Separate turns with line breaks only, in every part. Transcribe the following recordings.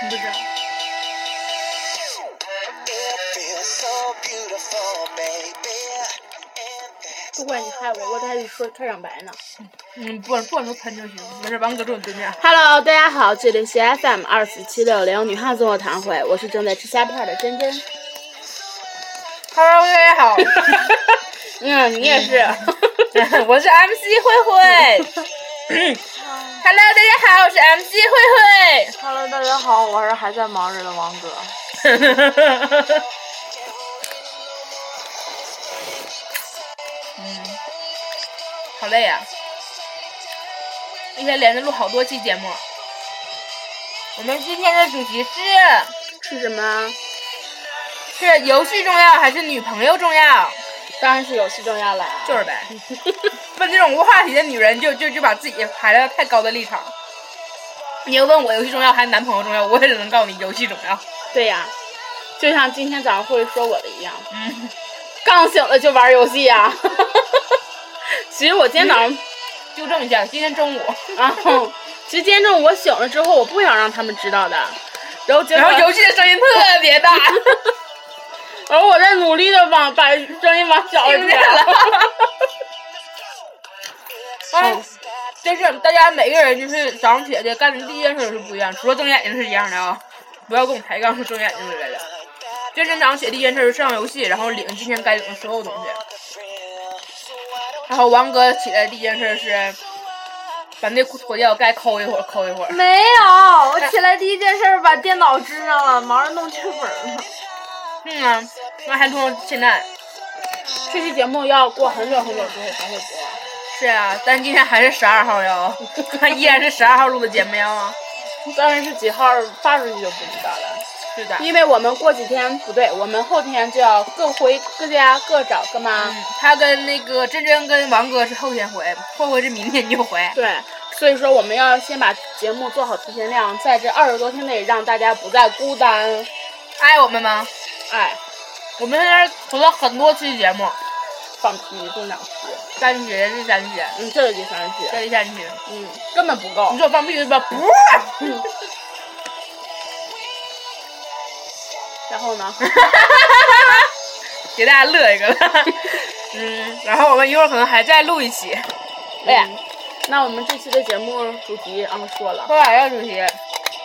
不知道。
不怪你害我，我才说开场白呢。
嗯，不管不管说喷就行，没事，王哥坐你对面。啊
Hello，大家好，这里是 FM 二四七六零女汉综合堂会，我是正在吃虾片的珍珍。
Hello，大家好，
嗯，你也是。
我是 MC 慧慧。Hello，大家好，我是 MC 慧慧。
Hello，大家好，我是还在忙着的王 哥。
嗯，嗯好累呀、一天连着录好多期节目。我们今天的主题是：
是什么？
是游戏重要还是女朋友重要？
当然是游戏重要啊了。
就是呗，问这种无话题的女人就，就就把自己排到太高的立场。你要问我游戏重要还是男朋友重要，我也只能告诉你游戏重要。
对呀、就像今天早上会说我的一样，
嗯，
刚醒了就玩游戏呀、 其实我今天早上。
纠正一下，今天中午，
然后，其实今天中午我醒了之后，我不想让他们知道的，然后结果
然后游戏的声音特别大。
然后我在努力的往把声音往小一
听见
点
了。 哎，就是大家每个人就是早上起来干的第一件事是不一样，除了睁眼睛是一样的啊、不要跟我抬杠说睁眼睛之类的。就是早上起来第一件事是上游戏，然后领今天该领的所有东西。然后王哥起来第一件事是把内裤脱掉，该抠一会儿抠一会儿。
没有，我起来第一件事儿把电脑支上了，忙着弄剧本呢。
嗯啊，那还弄到现在。
这期节目要过很久很久之后才会播，
是啊，但今天还是十二号哟， 依然是十二号录的节目啊。
当然是几号发出去就不知道了。
是的。
因为我们过几天不对，我们后天就要各回各家各找各妈，
嗯，他跟那个真真跟王哥是后天回，慧慧是明天就回。
对，所以说我们要先把节目做好提前量，在这二十多天内让大家不再孤单。
爱我们吗？
哎，
我们在这投了很多期节目，
放屁，就两期，
三期，这是三期，
嗯，这是第三期，
这是三期。
嗯，根本不够
你。说放屁吧？不，
然后呢？
嗯给大家乐一个了。 嗯，然后我们一会儿可能还再录一期。
哎，那我们这期的节目主题啊说了，
说啥呀，主席？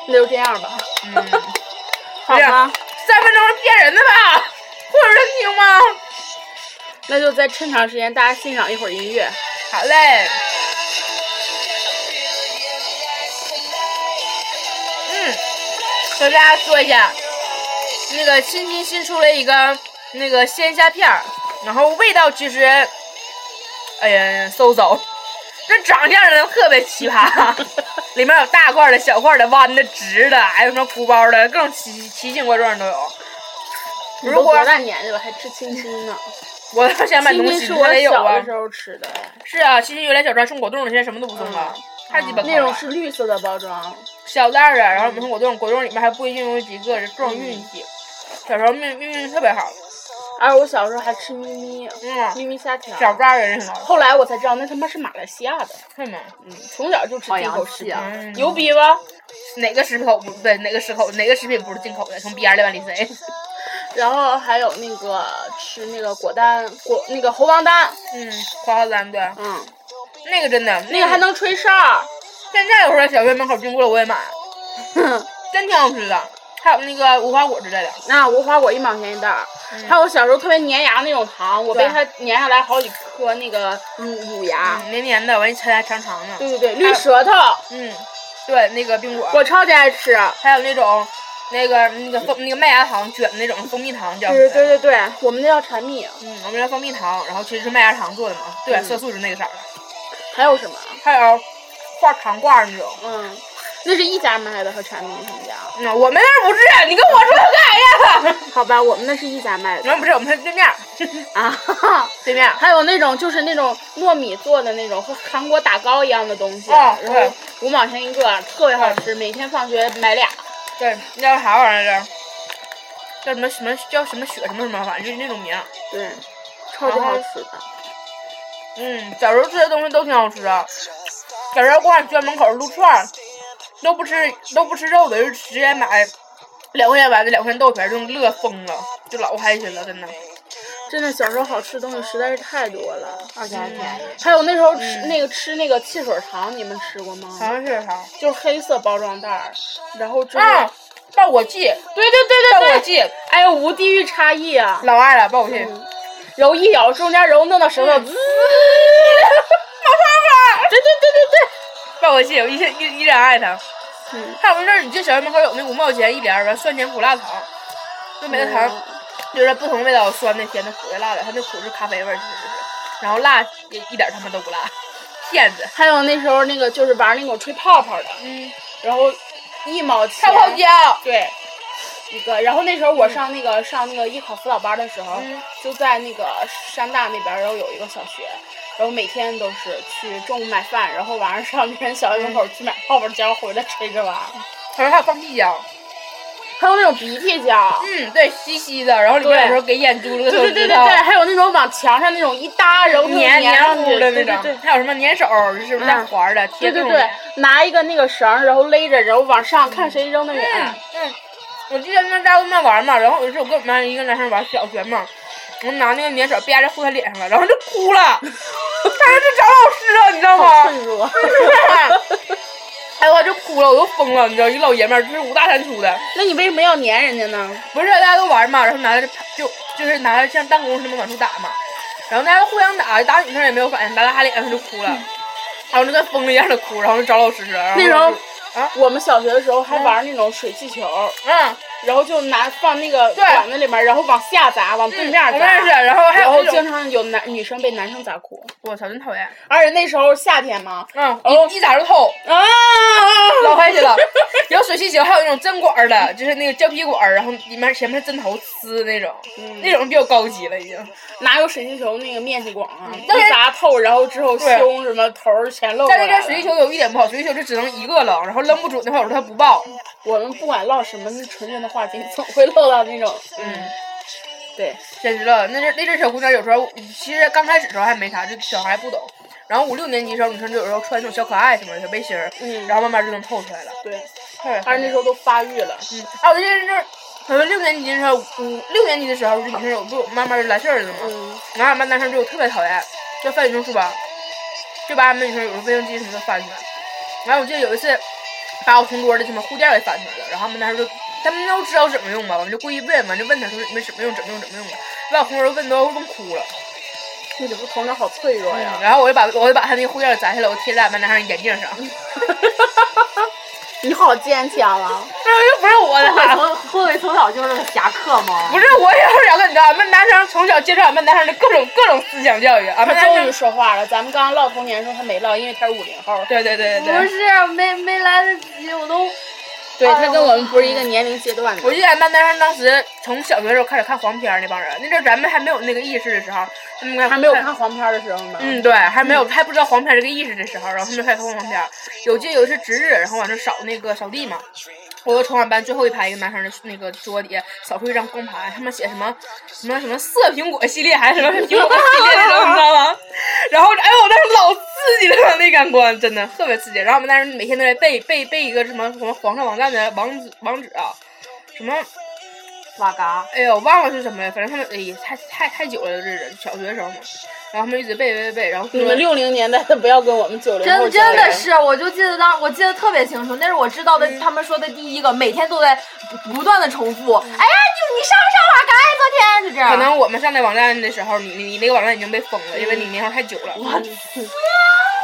那就这样吧，
嗯，
好吗？
三分钟是骗人的吧？会有人听吗？
那就在趁长时间，大家欣赏一会儿音乐。
好嘞。嗯，和大家说一下，那个新津新出了一个那个鲜虾片儿，然后味道其实，哎呀，馊馊，这长相真的特别奇 葩，里面有大块的、小块的、弯的、直的，还有什么鼓包的，各种奇奇形怪状的都有。
你
如
都
果
多大年纪了，还吃青青 呢？
我要想买
青
东
青
西，
是我
也有
小
啊
的时。候吃的，
是啊，其实原来小张送果冻的，现在什么都不送
嗯
了，太鸡巴
那种
是。
是绿色的包装，
小袋儿的，然后我们果冻，果冻里面还不一定有几个，这种运气。小时候命命运特别好，
而啊我小时候还吃咪咪
嗯，
咪咪虾条。
小袋儿的那种，
后来我才知道那他妈是马来西亚的，
是吗？
嗯，从小就吃进口食品
好洋气，啊
嗯
牛逼吧？
哪个食口不对？哪个食口哪个食品不是进口的？从 B R 六万里塞。
然后还有那个吃那个果丹果那个猴王丹，
嗯，花花丹对，
嗯，
那个真的，
那个还能吹哨，
现在有时候小学门口经过了我也买，
嗯
真挺好吃的。还有那个无花果之类的，
那无花果一毛钱一袋儿，
嗯
还有我小时候特别粘牙那种糖，我被
对
它粘下来好几颗那个乳乳牙。
嗯，绵绵的，完一抻还长长的。
对对对，绿舌头，
嗯，对，那个冰果，
我超级爱吃。啊
还有那种那个那个蜂那个麦芽糖卷的那种蜂蜜糖叫什
对
么？
对对对，我们那叫馋蜜。
嗯，我们家蜂蜜糖，然后其实是麦芽糖做的嘛，对，色素是那个色儿的，
还有什么？啊
还有画糖罐儿那种。
嗯，那是一家卖的和馋蜜他们家。
嗯，我们那儿不是，你跟我说它 干啥呀？
好吧，我们那是一家卖
我们
的
不是，我们是对面儿，
啊。 哈哈
对面儿。
还有那种就是那种糯米做的那种和韩国打糕一样的东西，啊
哦
然
对
后五毛钱一个，特别好吃，每天放学买俩。
对，那叫啥玩意儿来着？叫什么什么叫什么雪什么什么，反正就是那种名儿。
对，超级好吃的。
嗯，小时候吃的东西都挺好吃的。小时候逛街门口撸串儿，都不吃都不吃肉的，就直接买两块钱丸子、两块钱豆皮儿，就乐疯了，就老开心了，真的。
真的小时候好吃的东西实在是太多了，而且还
嗯
便宜。还有那时候吃那个吃那个汽水糖，你们吃过
好
吗？
像是啥？
就是黑色包装袋儿，然后之后，
啊，爆果剂，
对对对
爆
对
果
对，
剂，
哎呦无地域差异啊！
老爱了爆果剂。
嗯揉一咬，中间揉弄到舌头，滋，
对对对对对，爆我气，我依然依依然爱它。
嗯
还有那儿，你进小学门口有那五毛钱一帘儿吧，酸甜苦辣糖，就每个糖
嗯
就是不同味道，酸的、甜的、苦的、辣的，它那苦是咖啡味儿，其实就是，然后辣也一点儿他们都不辣，骗子。
还有那时候那个就是玩那种吹泡泡的，
嗯，
然后一毛
泡
钱，
泡胶，
对，一个。然后那时候我上那个、上那个艺考辅导班的时候，
嗯
就在那个山大那边儿，然后有一个小学，然后每天都是去中午买饭，然后晚上上别人小学门口去买泡泡胶回来吹着玩。
好像还有放屁胶。
还有那种鼻涕胶。
嗯，对，稀稀的，然后里面有时候给眼珠子
对
都
对对对对，还有那种往墙上那种一搭，然后
黏黏
上
糊
去
的那
对对
种，
对，
还有什么粘手，就是不是带
嗯
环儿的，贴
对对
各种
对，拿一个那个绳儿，然后勒着，然后往上看谁扔得远
嗯。，嗯，我记得那大家慢玩嘛，然后有一次我跟我们班一个男生玩小学嘛，我拿那个粘手啪就呼他脸上了，然后就哭 了，他说这找老师啊了，你知道
好
吗？
脆弱。
哎呦，我就哭了，我都疯了，你知道，一老爷们儿，就是五大三粗的，
那你为什么要粘人家呢？
不是大家都玩嘛，然后拿着啪就就是拿着像弹弓什么往出打嘛，然后大家互相打，打女生也没有反应，打到他脸上就哭了，然后就跟疯了一样的哭，然后就找老师，然后
嗯那时候
老师啊，
我们小学的时候还玩那种水气球，
嗯。
然后就拿放那个
对嗯
管子里面，然后往下砸，往对面
我认识，
砸。
然后还
然
有
后
那种
经常有男女生被男生砸哭，
我操，真讨厌！
而且那时候夏天嘛，
嗯，一一打就透，
啊，
老开心 了。然后水气球还有那种针管儿的，就是那个胶皮管儿，然后里面前面是针头呲那种，
嗯
那种比较高级了已经。
哪有水气球那个面积广啊？
但是
一砸透，然后之后
对
胸什么头儿全露出
但
来
是
了。
这水气球有一点不好，水气球就只能一个扔，然后扔不准的话，有时候它不爆。
我们不管唠什么纯纯的话题，总会唠到那种，
嗯，
对，
简直了。那阵那阵小姑娘有时候，其实刚开始的时候还没啥，就小孩不懂。然后五六年级的时候，女生就有时候穿那种小可爱什么的小背心儿，
嗯
然后慢慢就能透出来了。
对，
太
而且那时候都发育了，
嗯，还有就是就是，可能六年级的时候，五六年级的时候，就女生有不有慢慢就来事儿了嘛。
嗯，
然后俺们班男生就特别讨厌，就翻女生书包，就把俺们女生有时候卫生巾什么的翻出来。然后我记得有一次，把我同桌的什么护垫给翻出来了，然后俺们男生就他们都知道怎么用吧，我们就故意问嘛，就问他说你们怎么用，怎么用，怎么用的，把我同桌问都问哭了。
那时候同桌好脆弱呀。
然后我就把我就把他那个护垫摘下来，我贴在俺们男生眼镜上，
你好坚强啊！
哎那又不是我的。啊
后从后悔从小就是个侠客嘛。
不是，我也是想跟你说，俺们男生从小接受俺们男生的各种各种思想教育，俺们
他
男
终于
生
说话了。咱们刚刚唠童年的时候，他没唠，因为他是五零后。
对对对对
不
对，
是，没没来得及，我都
对
哎
他
呦
跟我们不是一个年龄阶段的。
我记得俺们男生当时从小学的时候开始看黄片儿那帮人，那阵儿咱们还没有那个意识的时候，他们
还
还
没有看黄片的时候呢。
嗯，对，还没有、还不知道黄片儿这个意识的时候，然后他们就开始看黄片儿。有记得有一次值日，然后晚上扫那个扫地嘛，我就从俺班最后一排一个男生的那个桌底下扫出一张光盘，上面写什么什么什么色苹果系列还是什么苹果系列那种，你知道 吗？然后哎呦，我当时老刺激了，那感官真的特别刺激。然后我们当时每天都在背背背一个什么什么皇上网站的网址网址啊，什么。
哇嘎。
哎呦，忘了是什么了，反正他们哎呀，太太太久了，这人小学时候嘛，然后他们一直背背背，然后
你们六零年代的不要跟我们九零后
真
交
真
流
的是，我就记得当，我记得特别清楚，那是我知道的，他们说的第一个，每天都在不不断的重复。哎呀，你你上不上网？嘎呀，昨天就这样。
可能我们上那网站的时候，你你你那个网站已经被封了，因为你年头太久了。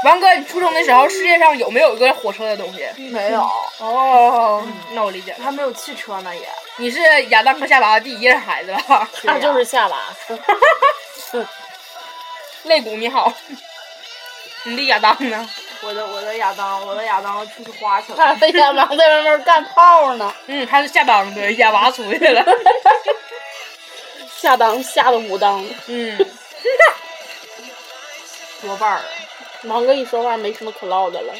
王哥，你初中的时候，世界上有没有一个火车的东西？
没有，
哦，那我理解了。
还没有汽车呢也。
你是亚当和夏娃的第一任孩子吧？
他就是夏娃。
肋骨你好，你的亚当呢？
我的我的亚当，我的亚当出去花去
他
了。
被亚娃在外面干炮呢，
嗯，还是夏当对，亚娃出去了。
下当下的武当。
嗯，
多半儿，
王哥一说话没什么可唠的了。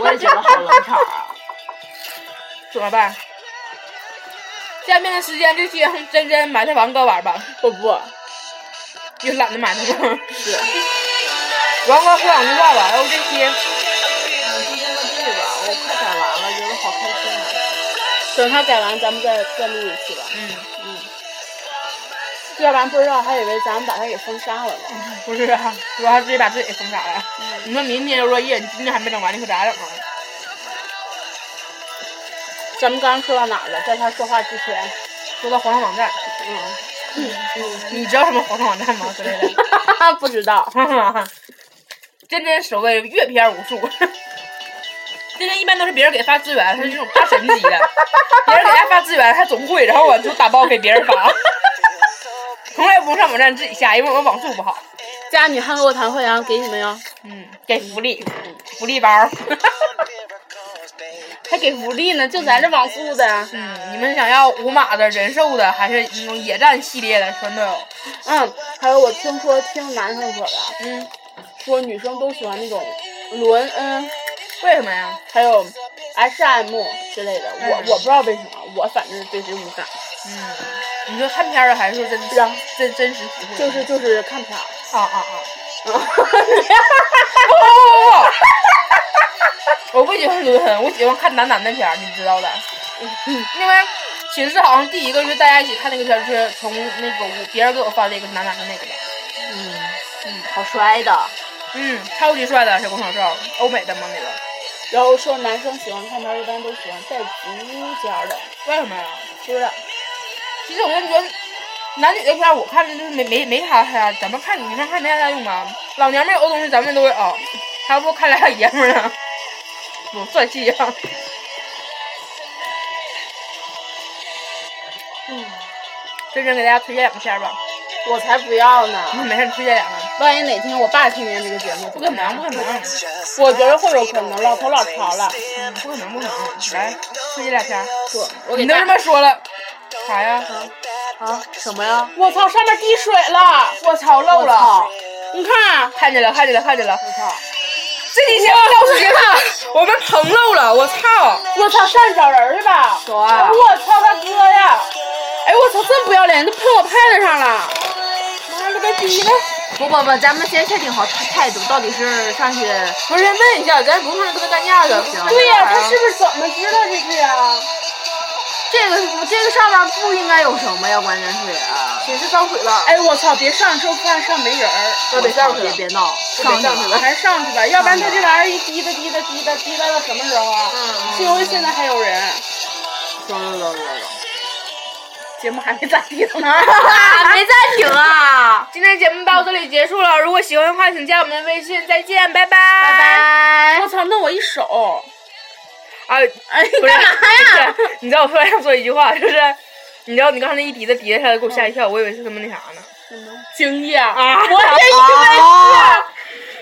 我也觉得好冷场啊。
怎么办？下面的时间就让真真埋汰王哥玩吧。
不不，
就懒得买那个。是。王哥说两句话吧，然后这期
这个吧，我快改完了，觉得好开心啊！
等他改完，咱们再再录一期吧。
嗯，
嗯，要不然不知道，还以为咱们把他给封杀了呢。
不是啊，主要他自己把自己封杀了。你说明天就作业，你今天还没整完，你可咋整啊？
咱们刚刚说到哪儿了？在他说话之前，
说到皇上网站，
嗯，
你知道什么皇上网站吗？之类的。
不知道。
真真所谓阅片无数。真真一般都是别人给发资源，他是这种大神级的，别人给他发资源，他总会，然后我就打包给别人发，从来不上网站自己下，因为我网速不好。
家女汉购谈会啊，给你们哟。
嗯，给福利，福利包。
还给福利呢，就咱这网速的。
嗯，你们想要无码的、人兽的，还是那种野战系列的，全都有。
嗯，还有我听说听男生说的，啊
嗯，
说女生都喜欢那种伦恩，
为什么呀？
还有 S M 之类的。我
嗯
我不知道为什么，我反正是对这无感。
嗯，你说看片儿的还是说真
是啊
真真实体会？
就是就是看 片儿。
啊啊啊！
嗯
我不喜欢伦恩，我喜欢看男男的片儿，你知道 的。因为寝室好像第一个就是大家一起看那个片儿，是从那个我别人给我发的一个男男的那个的。
好摔的，
嗯，超级帅的小广场照，欧美的嘛那个。
然后说男生喜欢看片儿，一般都喜欢带足尖的，
为什么呀？
是不是？
其实我就觉得男女的片儿，我看着就是没没没啥啥，咱们看女生看没啥啥用啊。老娘们有的东西咱们都会啊，还不如看俩小爷们儿呢，多帅气啊！
嗯，
真真给大家推荐两个片儿吧，啊
我才不要呢！
没事你推荐两个。
万一哪天我爸听见这个节目，
不可能，不可能，嗯
我觉得会有可能，老头老潮了。
不可能，不可能！来，推荐俩片儿。
不，我给
你都
大
这么说了，啥呀？
啊，什么呀？
我操，上面滴水了！
我操，漏
我操
了！
你看，
看见了，看见了，看见了！
我操！
这期节目到此结
啊
束，我们棚漏了，我操！
我操，上去找人儿去吧！
走啊
我操他哥呀！哎，我操，这么不要脸，都喷我 pad 上了！妈了个逼的！
不不不，咱们先确定好态度，到底是上去
不是，问一下，咱不是这个干架的，
对呀、
哎呀
他是不是怎么知道这个呀、
这个这个上面不应该有什么呀？关键 是啊，
寝室脏水了，
哎，我操，别上，这饭上没人儿。
我得上去
别
了。
别闹，
得上
去
去
了
了。
还是上去吧，要不然他这玩意儿一滴答滴答滴答滴答到什么时候啊？
嗯
幸亏现在还有人，
走走走走走。
节目还没咋地呢。
啊，没暂停啊！
今天节目到这里结束了，如果喜欢的话，请加我们的微信，再见，拜拜，
拜
拜。
拜。
我操，弄我一手！
嗯
啊，
哎，你
不是
干嘛 呀？
不是你知道我突然想说一句话，就是你知道你刚才那一滴的滴的，他给我吓一跳，我以为是他们那啥呢。
敬业啊！
啊，嗯
我也以为是，
哦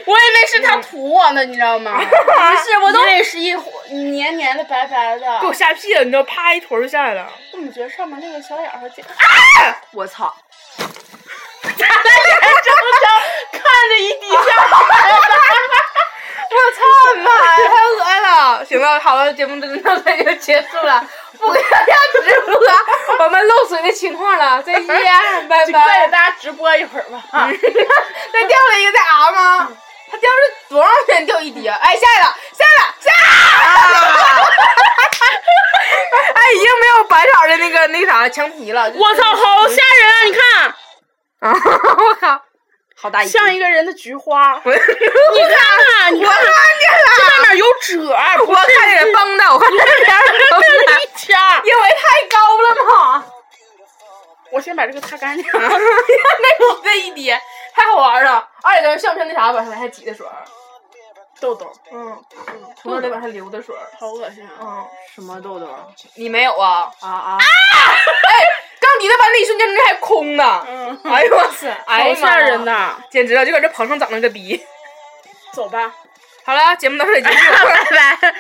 我以为是他吐我呢，你知道吗？
不是，我
我
都
都也是一伙黏黏的、白白的
嗯给。我吓屁了，你知道，啪一坨就下来了。
怎么觉得上面那个小眼儿和这个？
我操！
咱俩正常看着一滴下来的。
我操妈呀，太恶心了！行了，好了，节目就到这里就结束了，不给大家直播我们漏水的情况了，再见，拜
就再给
拜。
大家直播一会 儿吧。
再掉了一个在啊吗？他掉了多长时间掉一滴啊？哎，下来了，下来了，下来了！哎，已经没有白色的那个那啥墙皮了。
我操，好吓人啊！你看，
啊！ 我靠！
好大一
像一个人的菊花。
我
你看看，你
我
看看，这
看
上面有褶儿，
见了，我看见崩的，我看见
不是
了，
一掐。
因为太高了嘛。
我先把这个擦干净。
那挤的一滴，太好玩了。而且咱像不像那啥，往上面还挤的水儿？
豆豆，
嗯，从那里往上流的水儿。
好恶心啊！
嗯，
什么豆豆啊
你没有啊？
啊！
哎，刚滴的完那一瞬间，那还空呢。
嗯
哎呦我操！哎
好
呀妈
吓
呀
人！呐！
简直了，就搁这棚上长了个逼。
走吧，
好了，节目到这里结束。
拜拜。